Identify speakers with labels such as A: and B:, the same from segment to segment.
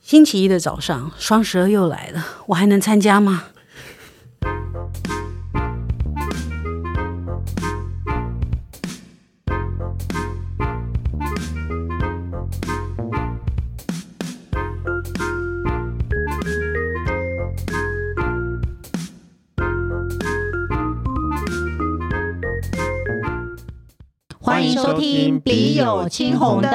A: 星期一的早上，双十二又来了，我还能参加吗？
B: 欢迎收听《笔友青红灯》。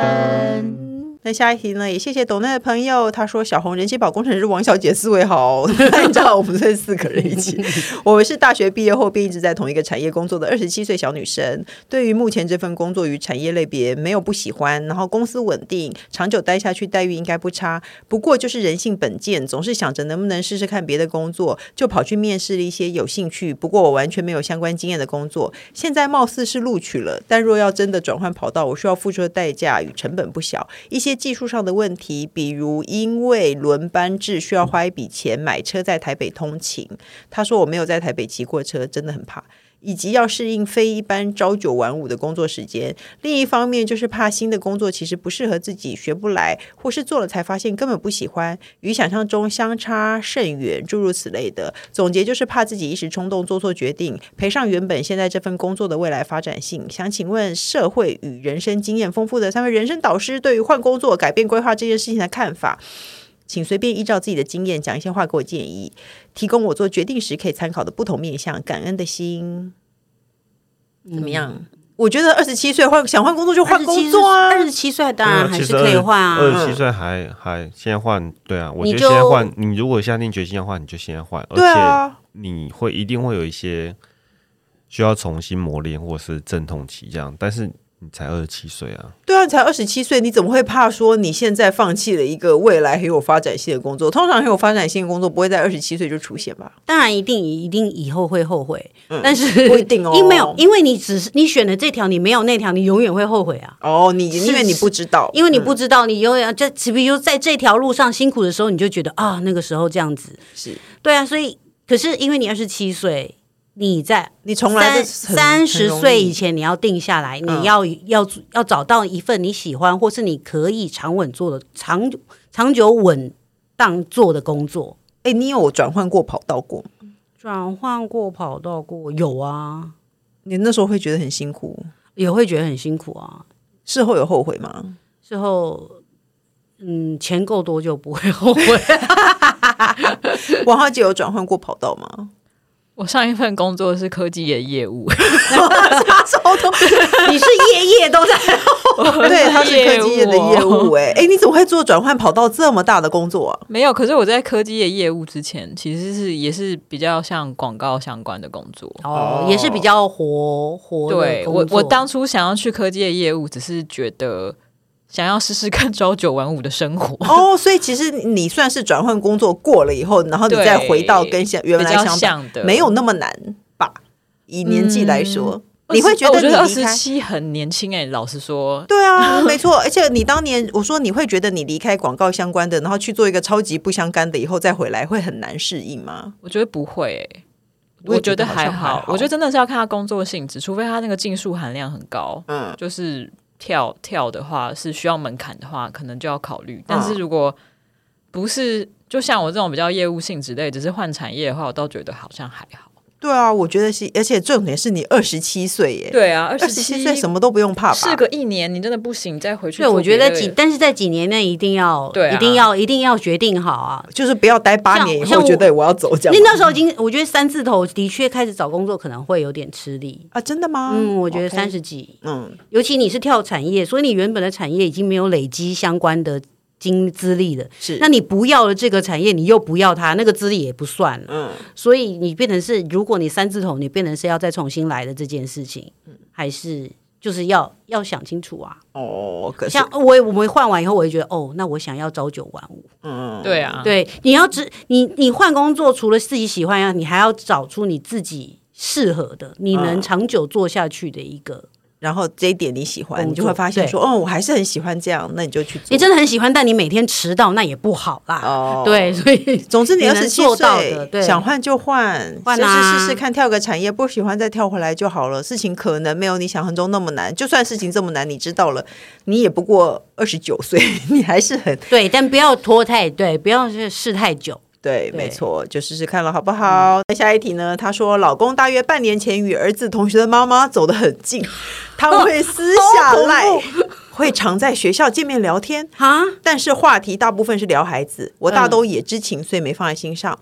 C: 那下一题呢？也谢谢抖内的朋友，他说小红人气宝工程师王小姐思维好， 你知道我们这四个人一起，我们是大学毕业后便一直在同一个产业工作的二十七岁小女生。对于目前这份工作与产业类别没有不喜欢，然后公司稳定，长久待下去待遇应该不差。不过就是人性本贱，总是想着能不能试试看别的工作，就跑去面试了一些有兴趣，不过我完全没有相关经验的工作。现在貌似是录取了，但若要真的转换跑道，我需要付出的代价与成本不小。一些技术上的问题，比如因为轮班制需要花一笔钱买车在台北通勤。他说我没有在台北骑过车，真的很怕。以及要适应非一般朝九晚五的工作时间。另一方面，就是怕新的工作其实不适合自己，学不来，或是做了才发现根本不喜欢，与想象中相差甚远，诸如此类的。总结就是怕自己一时冲动做错决定，赔上原本现在这份工作的未来发展性。想请问社会与人生经验丰富的三位人生导师，对于换工作、改变规划这件事情的看法？请随便依照自己的经验讲一些话给我建议，提供我做决定时可以参考的不同面向。感恩的心，
A: 嗯
C: 怎么样？我觉得二十七岁换想换工作就换工作啊，
A: 二十七岁当然还是可以换
D: 二
A: 啊。
D: 十七岁还还现在换，对啊，我
A: 你
D: 觉得现在
A: 就
D: 换，你如果下定决心要换，你就现在换，而
C: 对
D: 且
C: 啊，
D: 你会一定会有一些需要重新磨练或是阵痛期这样，但是你才二十七岁啊，
C: 对啊，你才二十七岁，你怎么会怕说你现在放弃了一个未来很有发展性的工作？通常很有发展性的工作不会在二十七岁就出现吧？
A: 当然一定一定以后会后悔，但是
C: 不一定哦
A: 因为没有，因为你只是你选的这条，你没有那条，你永远会后悔啊。
C: 哦，你
A: 是
C: 因为你不知道，嗯
A: 因为你不知道，你永远在，只比如在这条路上辛苦的时候，你就觉得啊，那个时候这样子，
C: 是
A: 对啊，所以可是因为你二十七岁，你在
C: 你从来
A: 三
C: 都
A: 三十岁以
C: 前
A: 前你要定下来，
C: 嗯
A: 你要、要要找到一份你喜欢或是你可以长稳做的长长久稳当做的工作。，
C: 哎、你有转换过跑道过吗？
A: 转换过跑道过有啊，
C: 你那时候会觉得很辛苦，
A: 也会觉得很辛苦啊。
C: 事后有后悔吗？
A: 之后，嗯，钱够多就不会后悔。
C: 王浩姐有转换过跑道吗？
E: 我上一份工作是科技的业务，
C: 他超多，
A: 你是夜夜都在，
C: 对，他是科技业的业务、
E: 哦
C: 哎、哎，你怎么会做转换跑道这么大的工作啊？
E: 没有，可是我在科技的业务之前，其实是也是比较像广告相关的工作。
A: 哦，也是比较活活的
E: 对
A: 工
E: 我，我
A: 作
E: 当初想要去科技的业务，只是觉得想要试试看朝九晚五的生活，
C: 哦，所以其实你算是转换工作过了以后，然后你
E: 对
C: 再回到跟现原
E: 比
C: 来
E: 较
C: 相反，
E: 像的，
C: 没有那么难吧？以年纪来说，
E: 20。
C: 你会
E: 嗯
C: 觉
E: 哦我
C: 得
E: 觉
C: 你
E: 得二
C: 离
E: 十
C: 开。
E: 七很年轻哎、老实说，
C: 对啊，没错，而且你当年我说你会觉得你离开广告相关的，然后去做一个超级不相干的，以后再回来会很难适应吗？
E: 我觉得不会哎、
C: 我
E: 我
C: 也
E: 觉
C: 觉得
E: 得
C: 好
E: 还
C: 像还
E: 好
C: 好，
E: 我觉得真的是要看他工作性质，除非他那个技术含量很高，
C: 嗯，
E: 就是跳跳的话是需要门槛的话，可能就要考虑。但是如果不是，就像我这种比较业务性质类，只是换产业的话，我倒觉得好像还好。
C: 对啊，我觉得是，而且重点是你二十七岁耶，
E: 对啊，二
C: 二十七岁什么都不用怕吧？
E: 试个一年，你真的不行再回去。
A: 对，我觉得几，但是在几年内一定要，
E: 对啊
A: 一定要，一定要决定好啊。
C: 就是不要待八年以
A: 像
C: 后
A: 像
C: 觉得我要走这
A: 因为
C: 样吗。
A: 那时候已经，我觉得三字头的确开始找工作可能会有点吃力。
C: 啊，真的吗？
A: 嗯，我觉得
C: OK
A: 三，十几
C: 嗯，
A: 尤其你是跳产业，所以你原本的产业已经没有累积相关的经资历了。
C: 是
A: 那你不要了这个产业，你又不要它，那个资历也不算了。
C: 嗯，
A: 所
C: 嗯
A: 以你变成是，如果你三字头，你变成是要再重新来的这件事情，还是就是要要想清楚啊。
C: 哦，可是
A: 像我也我们换完以后，我也觉得哦，那我想要朝九晚五。
C: 嗯，
E: 对啊，
A: 对，你要只你你换工作，除了自己喜欢呀，你还要找出你自己适合的，你能
C: 嗯
A: 长久做下去的一个。
C: 然后这一点你喜欢，
A: 工
C: 你就会
A: 作
C: 发现
A: 对
C: 说，哦，我还是很喜欢这样，那你就去做。
A: 你真的很喜欢，但你每天迟到那也不好啦。
C: 哦
A: 对，所以
C: 总之，你
A: 你
C: 二
A: 能
C: 十七
A: 做到的
C: 岁
A: 对
C: 想换就换，
A: 换
C: 甚至
A: 啊
C: 试试看跳个产业，不喜欢再跳回来就好了。事情可能没有你想象中那么难，就算事情这么难，你知道了，你也不过二十九岁， 你还是很
A: 对，但不要拖太对，不要是试太久。
C: 对，
A: 对
C: 没错，就试试看了，好不好？
E: 嗯
C: 那下一题呢？他说，老公大约半年前与儿子同学的妈妈走得很 近，他会私下赖，会常在学校见面聊天，
A: 啊，
C: 但是话题大部分是聊孩子，我大
E: 嗯
C: 都也知情，所以没放在心上。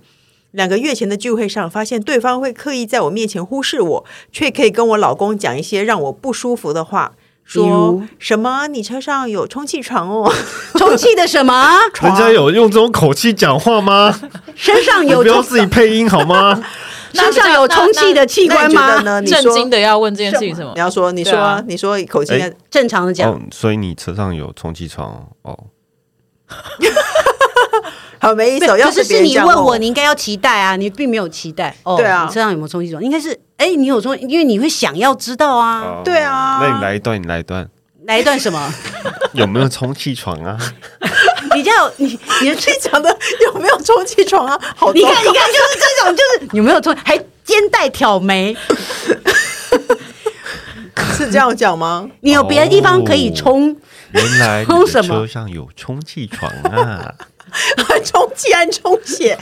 C: 两个月前的聚会上，发现对方会刻意在我面前忽视我，却可以跟我老公讲一些让我不舒服的话，
A: 比
C: 说
A: 如
C: 什么“你车上有充气床哦
A: 充气的什么？
D: 人家 有用这种口气讲话吗？
A: 身上
D: 你
A: 有
D: 不要
A: 充
D: 自己配音好吗？
A: 身上有充气的”，器
C: 那
A: 官
C: 你 觉得
A: 吗？
C: 呢？你
E: 震
C: 说
E: 惊的要问这件事情什么
C: 你？要说，你说，
E: 对啊
C: 你说口气
D: 哎
C: 要
A: 正常的讲，
D: 哦，所以你车上有充气床哦？
C: 好没意思哦。要
A: 可是是
C: 别人
A: 你
C: 这样
A: 问我，
C: 哦
A: 你应该要期待啊，你并没有期待。哦，
C: 对啊
A: 你身上有没有充气床？应该是，哎，你有充，因为你会想要知道
D: 哦
A: 啊。
C: 对啊
D: 那你来一段，你来一段，
A: 来一段什么？
D: 有没有充气床啊？
A: 你这样，你你的
C: 你讲的 有没有充气床啊？好
A: 你
C: 糟糕，
A: 看，你看，就是这种，就是有 没有充，还肩带挑眉，
C: 是这样讲吗？
A: 你有别的地方可以充，
D: 原来你
A: 充
D: 的
A: 什么
D: 车上有充气床啊？
C: 充气还充血，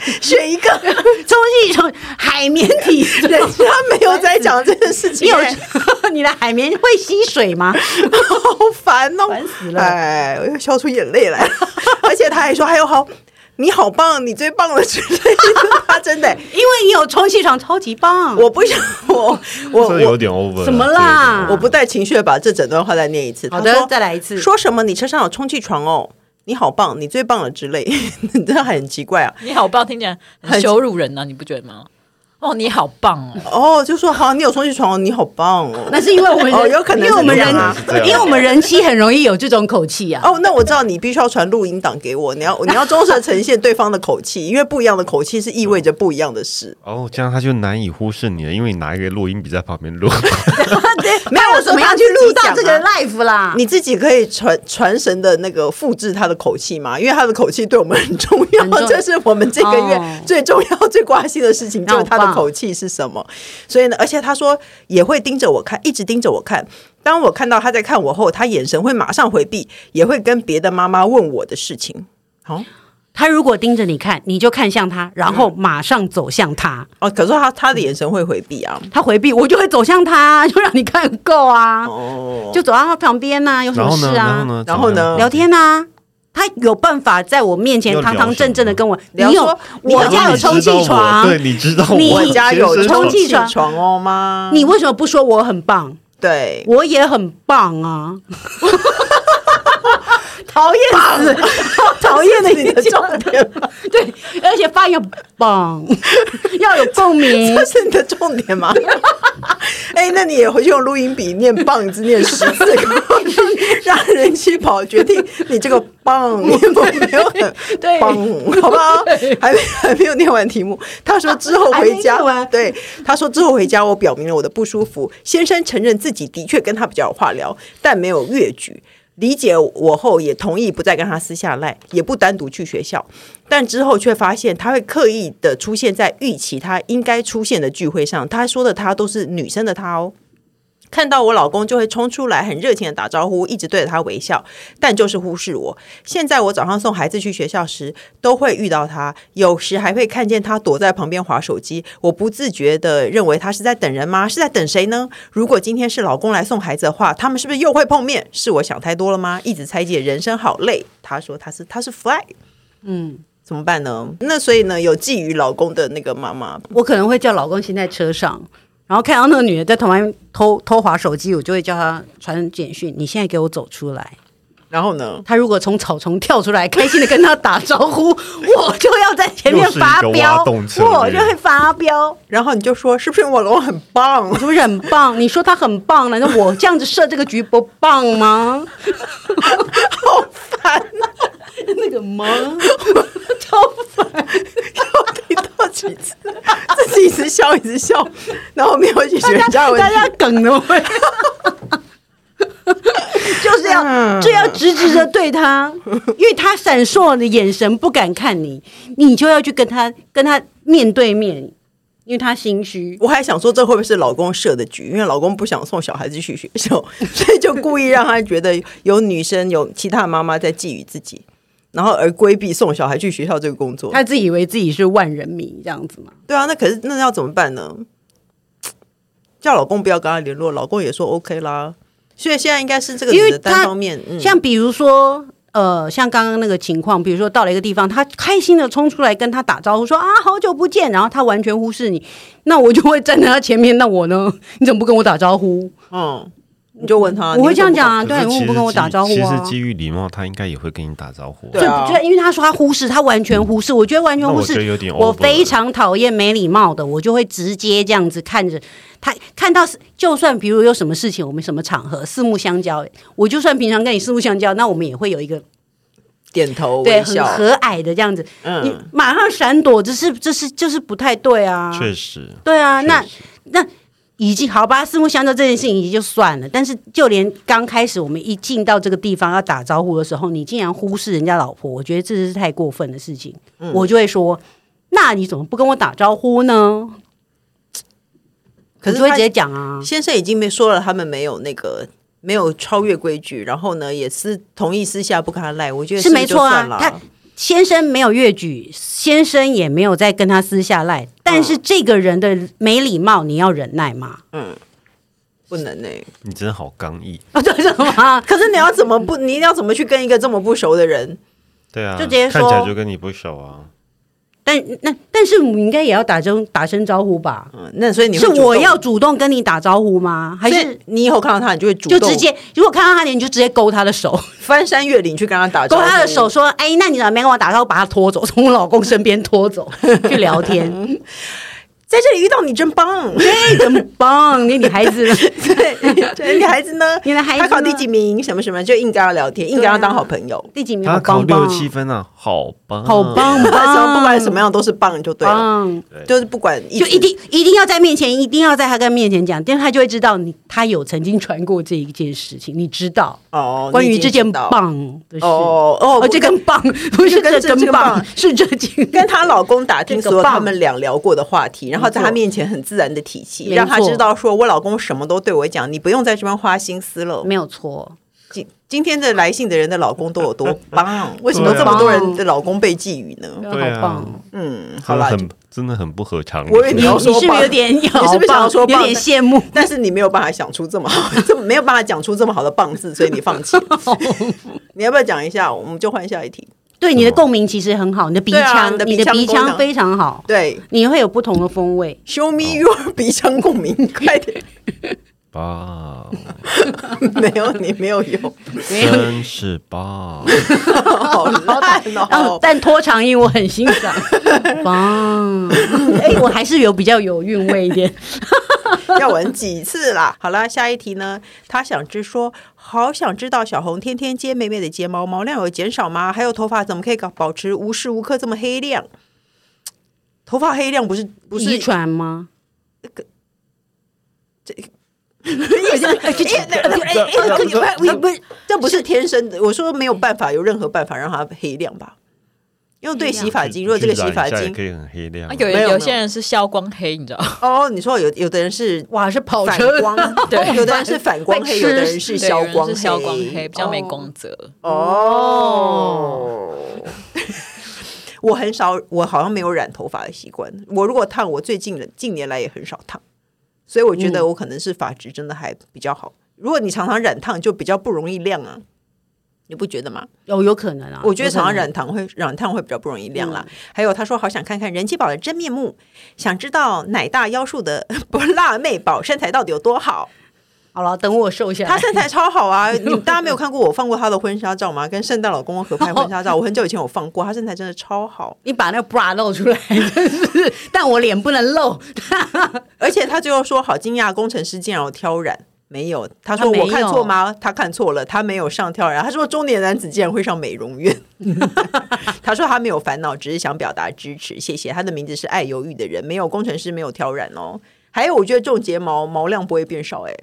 C: 选一个。
A: 充气充海绵 体。
C: 人家没有在讲这件事
A: 你
C: 情、
A: 有
C: 哎
A: 你的海绵会吸水吗？
C: 好烦哦，
A: 烦死了
C: 哎，我又笑出眼泪来 了。而且他还说，还有好，你好棒，你最棒了之类的。他真 的、哎
A: 因为你有充气床，超级棒。
C: 我不想，我我
D: 这有
C: 我
D: 点 over 了
A: 怎么啦
D: 这有点
C: 我不带情绪地把这整段话再念一次。
A: 好
C: 他
A: 的
C: 说，
A: 再来一次。
C: 说什么你车上有充气床哦，你好棒，你最棒了之类， 真的很奇怪啊。
E: 你好棒，听起来很羞辱人呐、你不觉得吗？哦，你好棒哦！
C: 哦，就说好，你有充气床哦，你好棒哦。
A: 那是因为我们人
C: 哦有可能
A: 因为我们
C: 是这
A: 人
C: 样啊
D: 是这样，
A: 因为我们人妻很容易有这种口气啊。
C: 哦，那我知道你必须要传录音档给我，你要你要忠实地呈现对方的口气，因为不一样的口气是意味着不一样的事。
D: 哦，这样他就难以忽视你了，因为你拿一个录音笔在旁边录。
C: 没有，我
A: 怎
C: 说
A: 么
C: 他
A: 样去
C: 自己
A: 录到
C: 讲
A: 这个
C: 啊
A: life 啦？
C: 你自己可以传传神的那个复制他的口气吗？因为他的口气对我们很重要，
A: 很 重
C: 这是我们这个月
A: 哦
C: 最重要、最关心的事情，就是他
A: 那好
C: 的
A: 棒
C: 口气是什么。所以呢，而且他说也会盯着我看，一直盯着我看。当我看到他在看我后，他眼神会马上回避，也会跟别的妈妈问我的事情。好、
A: 他如果盯着你看，你就看向他，然后马上走向他。
C: 哦，可是他他的眼神会回避啊。
A: 他回避，我就会走向他， 就让你看够啊，
C: 哦，
A: 就走到他旁边呐、有什
D: 然
A: 么
D: 后
A: 事
D: 呢？然后
A: 啊？
D: 呢？
C: 然后呢
D: 怎么样
A: 聊天呐、他有办法在我面前
D: 要聊
A: 堂堂正正的跟我，你
C: 什
A: 有
C: 么聊说
A: 我家有充气床，
D: 对，你知道
A: 你
D: 我
C: 我家有
D: 先生
A: 充气
C: 床
A: 床
C: 哦吗？
A: 你为什么不说我很棒？
C: 对，
A: 我也很棒啊！讨厌 死，讨厌的
C: 你的重点吗？
A: 对，而且发音要棒，要有共鸣
C: 这。是你的重点 吗？哎、那你也回去用录音笔念棒子，念十字，让让人气跑，决定你这个 棒念有没有很
A: 对
C: 棒，好不好？还没还没有念完题目，他说之后回家
A: 还没念，完
C: 对，他说之后回家，我表明了我的不舒服。先生承认自己的确跟他比较有话聊，但没有越矩。理解我后，也同意不再跟他私下赖，也不单独去学校。但之后却发现他会刻意的出现在预期他应该出现的聚会上。他说的他都是女生的他哦。看到我老公就会冲出来，很热情的打招呼，一直对着他微笑，但就是忽视我。现在我早上送孩子去学校时，都会遇到他，有时还会看见他躲在旁边划手机。我不自觉的认为他是在等人吗？是在等谁呢？如果今天是老公来送孩子的话，他们是不是又会碰面？是我想太多了吗？一直猜忌，人生好累。他说他是他是 fly，
A: 嗯，
C: 怎么办呢？那所以呢，有觊觎老公的那个妈妈，
A: 我可能会叫老公先在车上，然后看到那个女的在旁边偷偷划手机，我就会叫她传简讯：“你现在给我走出来！”
C: 然后呢？
A: 他如果从草丛跳出来，开心的跟他打招呼， 我就要在前面
D: 又是一个
A: 发飙，
D: 挖洞策略
A: 我就会发飙。
C: 然后你就说是不是我龙很棒
A: 我？是不是很棒？你说他很棒，难道我这样子设这个局不棒吗？
C: 好烦啊！
A: 那个吗？
C: 超烦，要听到几次，自己一直笑一直笑，然后没有去学人
A: 大
C: 家
A: 家
C: 的问
A: 大
C: 题。
A: 家梗的会， 就是要就要直直的对他，因为他闪烁的眼神不敢看你，你就要去跟他跟他面对面，因为他心虚。
C: 我还想说，这会不会是老公设的局？因为老公不想送小孩子去学校，所以就故意让他觉得有女生有其他妈妈在觊觎自己，然后而规避送小孩去学校这个工作。
A: 他自以为自己是万人迷这样子嘛？
C: 对啊，那可是那要怎么办呢？叫老公不要跟他联络，老公也说 OK 啦。所以现在应该是这个
A: 因为
C: 女的单
A: 他
C: 方面，嗯、
A: 像比如说，呃，像刚刚那个情况，比如说到了一个地方，他开心的冲出来跟他打招呼，说啊好久不见，然后他完全忽视你，那我就会站在他前面，那我呢？你怎么不跟我打招呼？
C: 嗯，你就问他，
A: 我会这样讲
C: 啊。
A: 啊，对，
D: 可是
A: 你为什
D: 其
A: 么
D: 实
A: 不跟我打
D: 基
A: 招呼
D: 其
A: 啊
D: 实？基于礼貌，他应该也会跟你打招呼。
C: 对啊
A: 就就因为他说他忽视，他完全忽视，我觉得完全忽
D: 那我觉得
A: 视，
D: 有点 over
A: 我非常讨厌没礼貌的，我就会直接这样子看着他，看到是就算比如有什么事情，我们什么场合四目相交，我就算平常跟你四目相交，那我们也会有一个
C: 点头
A: 对
C: 微
A: 很
C: 笑，
A: 和蔼的这样子，你
C: 嗯，
A: 马上闪躲，这是这是就是不太对啊，
D: 确实，
A: 对啊，
D: 确
A: 那
D: 实
A: 那已经好吧，四目相交这件事情也就算了，但是就连刚开始我们一进到这个地方要打招呼的时候，你竟然忽视人家老婆，我觉得这是太过分的事情，
C: 嗯
A: 我就会说。那你怎么不跟我打招呼呢？我
C: 可是
A: 就会
C: 他
A: 直接讲啊，
C: 先生已经没说了，他们没有那个没有超越规矩，然后呢也是同意私下不跟他赖，我觉得
A: 是
C: 不
A: 没错
C: 就
A: 啊
C: 算了。
A: 他先生没有越矩，先生也没有在跟他私下赖，但
C: 嗯
A: 是这个人的没礼貌，你要忍耐嘛？
C: 不能欸呢、
D: 你真的好刚毅。
A: 啊，这是什么啊？
C: 可哦是你要怎么不？你要怎么去跟一个这么不熟的人？
D: 对啊，
A: 就直接
D: 看起来
A: 说
D: 就跟你不熟啊。
A: 但那但是你应该也要打声打声招呼吧？
C: 嗯，那所以你会
A: 是
C: 主动
A: 我要，主动跟你打招呼吗？还
C: 所
A: 是
C: 以你以后看到他，你就会主
A: 就
C: 动
A: 直接如果看到他脸，你就直接勾他的手，
C: 翻山越岭去跟他打招
A: 勾
C: 呼，
A: 他的手说：“哎，那你怎么没跟我打招呼？把他拖走，从我老公身边拖走去聊天，
C: 在这里遇到你真棒。
A: 哎，真棒！你女孩子呢
C: 对， 对你的孩子呢？啊
A: 你的孩子
C: 他考
A: 呢
C: 第几名？什么什么，就硬跟他聊天，硬跟他当好朋友。
A: 第几名？
D: 他
A: 好
D: 考
A: 棒
D: 六
A: 棒，
D: 七分啊，好棒，
A: 好棒
C: 不 管什么
A: 棒，
C: 不管什么样都是棒就对了，
A: 棒。”
C: 哦就是不管
A: 就
C: 直
A: 一定一定要在面前，一定要在他跟面前讲，但他就会知道你他有曾经传过这一件事情，你知道
C: 哦，
A: 关于
C: 你已
A: 这件
C: 经知道
A: 棒的事
C: 哦哦
A: 哦，这根棒不是
C: 跟
A: 这
C: 这
A: 根
C: 这个
A: 棒
C: 棒，
A: 是这根
C: 跟她老公打听
A: 这个
C: 所有他
A: 棒
C: 们俩聊过的话题，然后在
A: 没
C: 她
A: 错
C: 面前很自然的提起，
A: 没
C: 让她
A: 错
C: 知道说我老公什么都对我讲，你不用在这边花心思了。
A: 没有错。
C: 今今天的来信的人的老公都有多棒？ 为什么
D: 对
C: 这
D: 啊
C: 么多人的老公被寄予呢？
D: 对啊
A: 好棒！
C: 嗯，好
D: 真的
C: 啦，
D: 很真的很不合常理。
C: 我以为
A: 你
C: 你要
A: 你是
C: 说
A: 不是
C: 棒
A: 有点
C: 是
A: 好棒
C: 不是想要说棒
A: 有点羡慕？
C: 但是你没有办法想出这么好，这么没有办法讲出这么好的棒字，所以你放 弃了。你要不要讲一下？我们就换下一题。
A: 对你的共鸣其实很好，你的鼻
C: 对啊
A: 腔
C: 你的，鼻
A: 你的
C: 腔
A: 鼻
C: 功能
A: 腔非常好，
C: 对
A: 你会有不同的风味。
C: ，Show me your 鼻腔共鸣，快点！
D: 棒，
C: 没有你没有 用，
D: 真是棒。
C: 好烂
A: 嗯
C: 哦，！
A: 但拖长音我很欣赏， 棒！哎，我还是有比较有韵味一点。
C: 要玩几次啦？好啦，下一题呢？他想知说，好想知道小红天天接妹妹的睫毛，毛量有减少吗？还有头发怎么可以搞保持无时无刻这么黑亮？头发黑亮不是不是
A: 遗传吗？
C: 意思，哎哎哎哎可以不不，这不是天生的。我说没有办法，有任何办法让它黑亮吧？用对洗发精，如果这个洗发
D: 去染一下也
C: 精
D: 可以很黑亮
E: 啊，有
C: 没有
E: 有些人是消光黑，你知道吗？
C: 哦，你说有有的人是
A: 哇，是跑
C: 反
A: 车
C: 光，
E: 对
C: 有的人是反光黑，
A: 被
C: 有
A: 吃
C: 的人是消
E: 对有
C: 光
E: 人是消光黑，
C: 黑
E: 比较没光泽。
C: 哦。我很少，我好像没有染头发的习惯。我如果烫，我最近近年来也很少烫，所以我觉得我可能是发质真的还比较好。如果你常常染烫，就比较不容易亮啊，你不觉得吗？
A: 有有可能啊。
C: 我觉得
A: 有可能
C: 常常染烫会染烫会比较不容易亮啦。还有他说好想看看人气宝的真面 目，想知道奶大妖术的不辣妹宝身材到底有多好。
A: 好了，等我瘦下来。
C: 她身材超好 啊！你大家没有看过我放过她的婚纱照吗？跟圣诞老公公合拍婚 纱照，我很久以前有放过，她身材真的超好，
A: 你把那个 bra 露出来，真是，但我脸不能露。
C: 而且她最后说好惊讶，工程师竟然有挑染。没有，她说
A: 她没有
C: 我看错吗？她看错了，她没有上挑染。她说中年男子竟然会上美容院， 她说她没有烦恼，只是想表达支持，谢谢。她的名字是爱犹豫的人，没有工程师，没有挑染哦。还有，我觉得这种睫毛毛量不会变少、哎，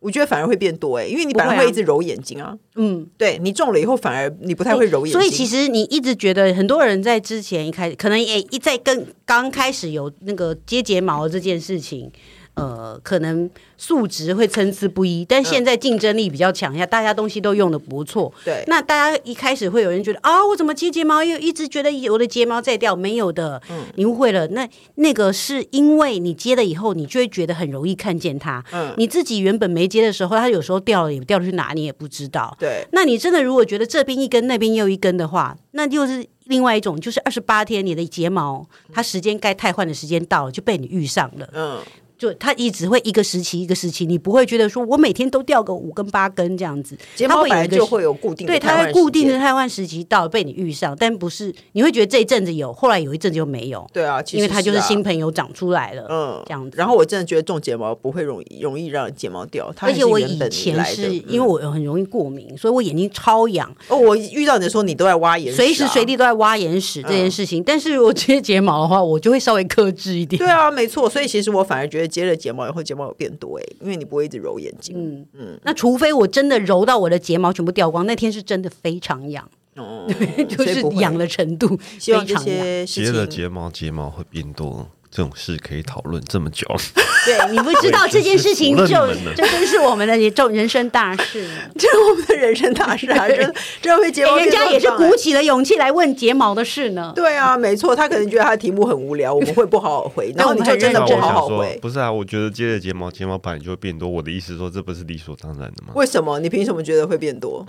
C: 我觉得反而会变多、哎，因为你本来
A: 不会啊
C: 会一直揉眼睛啊，
A: 嗯，
C: 对你中了以后，反而你不太会揉眼睛。
A: 所以其实你一直觉得很多人在之前一开始，可能也一在跟刚开始有那个接睫毛这件事情。呃，可能数值会参差不一，但现在竞争力比较强下，大家东西都用的不错。
C: 对
A: 那大家一开始会有人觉得啊、我怎么接睫毛又一直觉得我的睫毛在掉？没有的，
C: 嗯
A: 你误会了。那那个是因为你接了以后，你就会觉得很容易看见它。
C: 嗯
A: 你自己原本没接的时候，它有时候掉了也掉去哪，你也不知道。
C: 对，
A: 那你真的如果觉得这边一根那边又一根的话，那就是另外一种，就是二十八天你的睫毛它时间该汰换的时间到了就被你遇上了，
C: 嗯，
A: 就它一直会一个时期一个时期，你不会觉得说我每天都掉个五根八根这样子，
C: 睫
A: 它
C: 毛
A: 会
C: 本
A: 有
C: 来
A: 一个
C: 就会有固定的
A: 对，
C: 瘫痪
A: 它
C: 时间，
A: 会固定的汰换时期到被你遇上，但不是你会觉得这一阵子有，后来有一阵子就没有，
C: 对啊，其
A: 因为
C: 实
A: 它就是
C: 啊
A: 新朋友长出来了，
C: 嗯
A: 这样子。
C: 然后我真的觉得种睫毛不会容易容易让睫毛掉，它
A: 而
C: 还
A: 且
C: 是
A: 我
C: 原
A: 以
C: 本你
A: 前
C: 来的
A: 是
C: 嗯
A: 因为我很容易过敏，所以我眼睛超痒，
C: 哦，我遇到你的时候，你都在挖眼、啊，嗯
A: 随时随地。都在挖眼屎这件事情。但是我接睫毛的话，我就会稍微克制一点。
C: 对啊，没错，所以其实我反而觉得接了睫毛以后，睫毛有变多哎、因为你不会一直揉眼睛。嗯
A: 那除非我真的揉到我的睫毛全部掉光，那天是真的非常痒，
C: 哦，
A: 就
C: 所以
A: 是
C: 不会
A: 痒的程度
C: 希望
A: 非
C: 这
A: 常痒。
C: 些事
D: 接 了
C: 情，
D: 睫毛，睫毛会变多，这种事可以讨论这么久。
A: 对你不知道这件事情
D: 我
A: 就，
D: 也是服了
A: 这
D: 你们了
A: 真是我们的这人生大事呢。
C: 这是我们的人生大事啊！真真 会睫毛、
A: 人家也是鼓。起了勇气来问睫毛的事呢。
C: 对啊，没错，他可能觉得他的题目很无聊，我们会不好 好回，然后
A: 我
C: 你
A: 们
C: 就
A: 很
C: 真的
D: 那
A: 认
D: 我
C: 不
A: 真
C: 哎好
D: 想
C: 好
D: 说
C: 回，。
D: 不是啊，我觉得接了睫毛，睫毛本来就会变多。我的意思说，这不是理所当然的吗？
C: 为什么？你凭什么觉得会变多？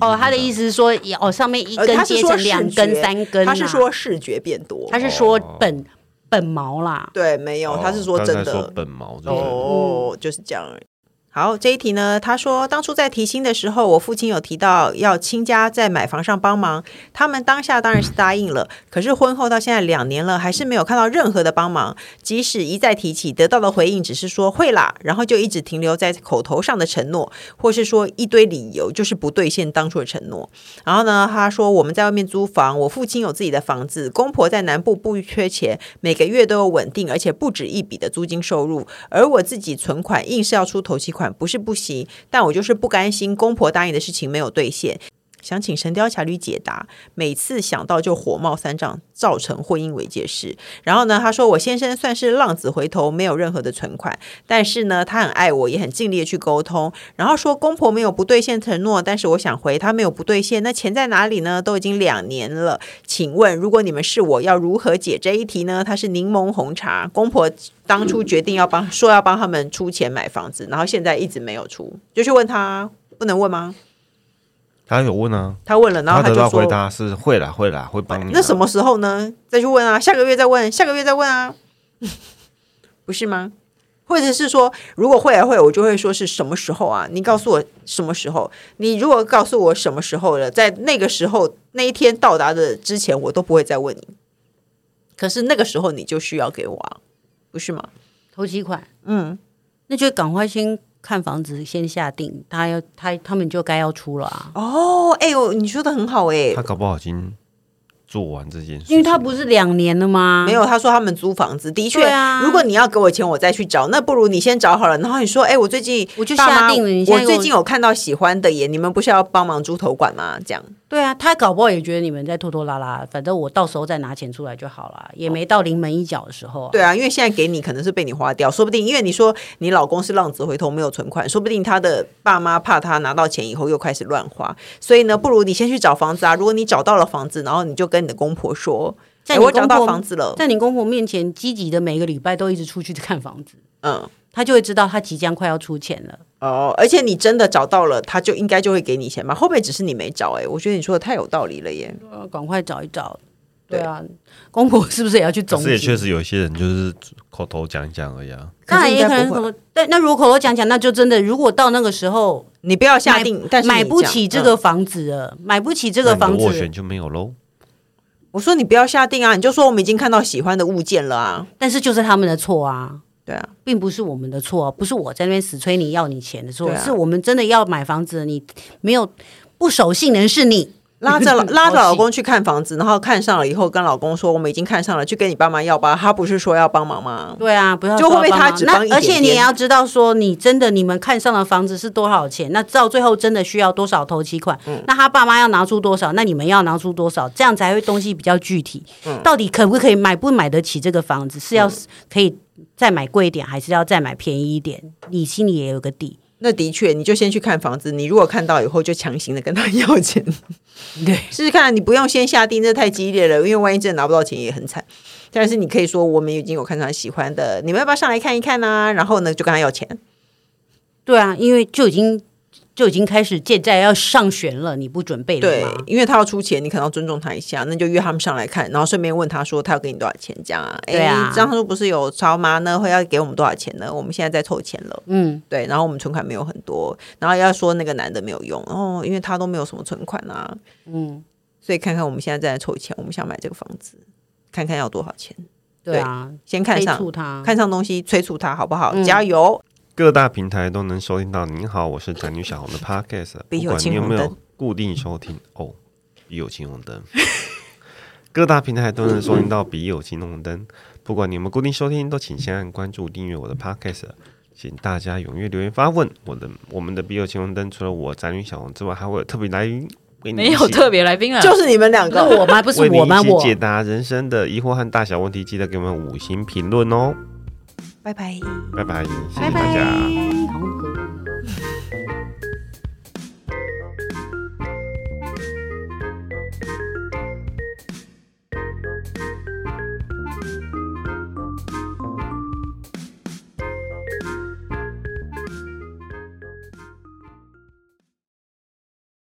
A: 哦，他的意思是说，哦，上面一
C: 呃，
A: 根
C: 他是
A: 接
C: 说
A: 成
C: 视
A: 两
C: 觉
A: 根、三根、啊
C: 他是，说视觉变多
A: 他。是说
D: 哦
A: 本本毛啦。
C: 对，没
A: 哦
C: 有，哦他是说
D: 刚
C: 真
D: 才
C: 的。
D: 说本毛对不对？
C: 哦，就是这样而已。好，这一题呢，他说当初在提亲的时候，我父亲有提到要亲家在买房上帮忙，他们当下当然是答应了，可是婚后到现在两年了，还是没有看到任何的帮忙，即使一再提起，得到的回应只是说会啦，然后就一直停留在口头上的承诺，或是说一堆理由，就是不兑现当初的承诺。然后呢，他说我们在外面租房，我父亲有自己的房子，公婆在南部不缺钱，每个月都有稳定而且不止一笔的租金收入，而我自己存款硬是要出头期款，不是不行，但我就是不甘心公婆答应的事情没有兑现。想请《神雕侠侣》解答，每次想到就火冒三丈，造成婚姻违戒事。然后呢，他说我先生算是浪子回头，没有任何的存款，但是呢，他很爱我，也很尽力的去沟通。然后说公婆没有不兑现承诺，但是我想回他没有不兑现，那钱在哪里呢？都已经两年了，请问如果你们是我，要如何解这一题呢？它是柠檬红茶，公婆当初决定要帮说要帮他们出钱买房子，然后现在一直没有出，就去问他，不能问吗？
D: 他有问啊，
C: 他问了，然后他
D: 他得
C: 就
D: 到
C: 说
D: 回答是会啦，会啦，会帮你啊。
C: 那什么时候呢？再去问啊，下个月再问，下个月再问啊， 不是吗？或者是说，如果会啊会，我就会说是什么时候啊？你告诉我什么时候？你如果告诉我什么时候了，在那个时候那一天到达的之前，我都不会再问你。可是那个时候你就需要给我啊，不是吗？
A: 头期款，
C: 嗯，
A: 那就赶快先看房子，先下定，他要他他们就该要出了啊，
C: 哦，哎呦，你说的很好哎、
D: 他搞不好已经做完这件事情了，
A: 因为他不是两年了吗？
C: 没有，他说他们租房子的确，
A: 对啊
C: 如果你要给我钱，我再去找，那不如你先找好了。然后你说，哎、我最近
A: 我就
C: 爸妈
A: 下定了你现
C: 我
A: 在给
C: 最
A: 我
C: 近有看到喜欢的耶，你们不是要帮忙猪头馆吗？这样
A: 对啊，他搞不好也觉得你们在拖拖拉拉，反正我到时候再拿钱出来就好了，也没到临门一脚的时候啊。
C: 对啊，因为现在给你可能是被你花掉，说不定因为你说你老公是浪子回头没有存款，说不定他的爸妈怕他拿到钱以后又开始乱花，所以呢，不如你先去找房子啊。如果你找到了房子，然后你就跟你的公婆说，
A: 在
C: 哎、
A: 你
C: 我
A: 公婆
C: 找到房子了，
A: 在你公婆面前积极的每个礼拜都一直出去看房子，
C: 嗯。
A: 他就会知道他即将快要出钱了。
C: 哦，而且你真的找到了，他就应该就会给你钱嘛。后面只是你没找哎、我觉得你说的太有道理了耶。
A: 赶快找一找。对啊，公婆是不是也要去
D: 可
A: 总
D: 是也
A: 结
D: 确？实有些人就是口头讲一讲而已啊。
A: 当然也可能
C: 可是应该
A: 什
C: 不
A: 么，对，那如果我讲讲，那就真的，如果到那个时候
C: 你不要下
A: 买
C: 定，但是
A: 买
C: 你
A: 不
C: 讲
A: 起这
C: 嗯
A: 个房子了，买不起这
D: 那
A: 个
D: 你的
A: 房
D: 斡旋
A: 子，
D: 就没有喽。
C: 我说你不要下定啊，你就说我们已经看到喜欢的物件了啊。
A: 但是就是他们的错啊，
C: 对啊，
A: 并不是我们的错，啊不是我在那边死催你要你钱的错，
C: 对啊
A: 是我们真的要买房子了，你没有不守信人是你，
C: 拉着拉着老公去看房子，然后看上了以后跟老公说我们已经看上了，去跟你爸妈要吧。他不是说要帮忙吗？
A: 对啊，不要
C: 就
A: 说
C: 会被
A: 帮
C: 他
A: 忙
C: 只帮一
A: 那而
C: 点
A: 且你也
C: 点
A: 要知道说，你真的你们看上的房子是多少钱，那到最后真的需要多少头期款，
C: 嗯
A: 那他爸妈要拿出多少，那你们要拿出多少，这样才会东西比较具体。
C: 嗯
A: 到底可不可以买不买得起这个房子，是要可以再买贵一点，还是要再买便宜一点？你心里也有个底。
C: 那的确，你就先去看房子。你如果看到以后，就强行的跟他 要钱，
A: 对，
C: 试试看。你不用先下定，这太激烈了，因为万一真的拿不到钱也很惨。但是你可以说我们已经有看上喜欢的，你们要不要上来看一看呢、然后呢，就跟他要钱。
A: 对啊，因为就已经就已经开始现在要上学了，你不准备
C: 对
A: 了吗？，
C: 因为他要出钱，你可能要尊重他一下，那你就约他们上来看，然后顺便问他说他要给你多少钱，这样啊？
A: 对啊
C: 诶这样说不是有超妈呢，会要给我们多少钱呢？我们现在在凑钱了，
A: 嗯，
C: 对，然后我们存款没有很多，然后要说那个男的没有用，哦，因为他都没有什么存款啊，
A: 嗯，
C: 所以看看我们现在在凑钱，我们想买这个房子，看看要多少钱，
A: 对啊，
C: 先看
A: 催促
C: 上
A: 他，嗯
C: 看上东西，催促他好不好？加油！
D: 各大平台都能收听到。您好，我是宅女小红的 Podcast，
C: 笔
D: 不
C: 友
D: 管
C: 青
D: 你有
C: 红
D: 没有
C: 灯
D: 固定收听哦，笔友青红灯， 各大平台都能收听到笔友青红灯。不管你有没有固定收听，都请先按关注、订阅我的 Podcast。请大家踊跃留言发问。我的我们的笔友青红灯，除了我宅女小红之外，还会有特别来宾为你
E: 没有
D: 一起
E: 特别来宾
A: 嗯
E: 啊，
C: 就是你们两
A: 那
C: 个，
A: 我吗？不是
D: 为你
A: 我吗？
D: 一起
A: 我
D: 解答人生的疑惑和大小问题，记得给我们五星评论哦。
C: 拜拜。
D: 拜拜，谢谢大
B: 拜
D: 家。
B: 拜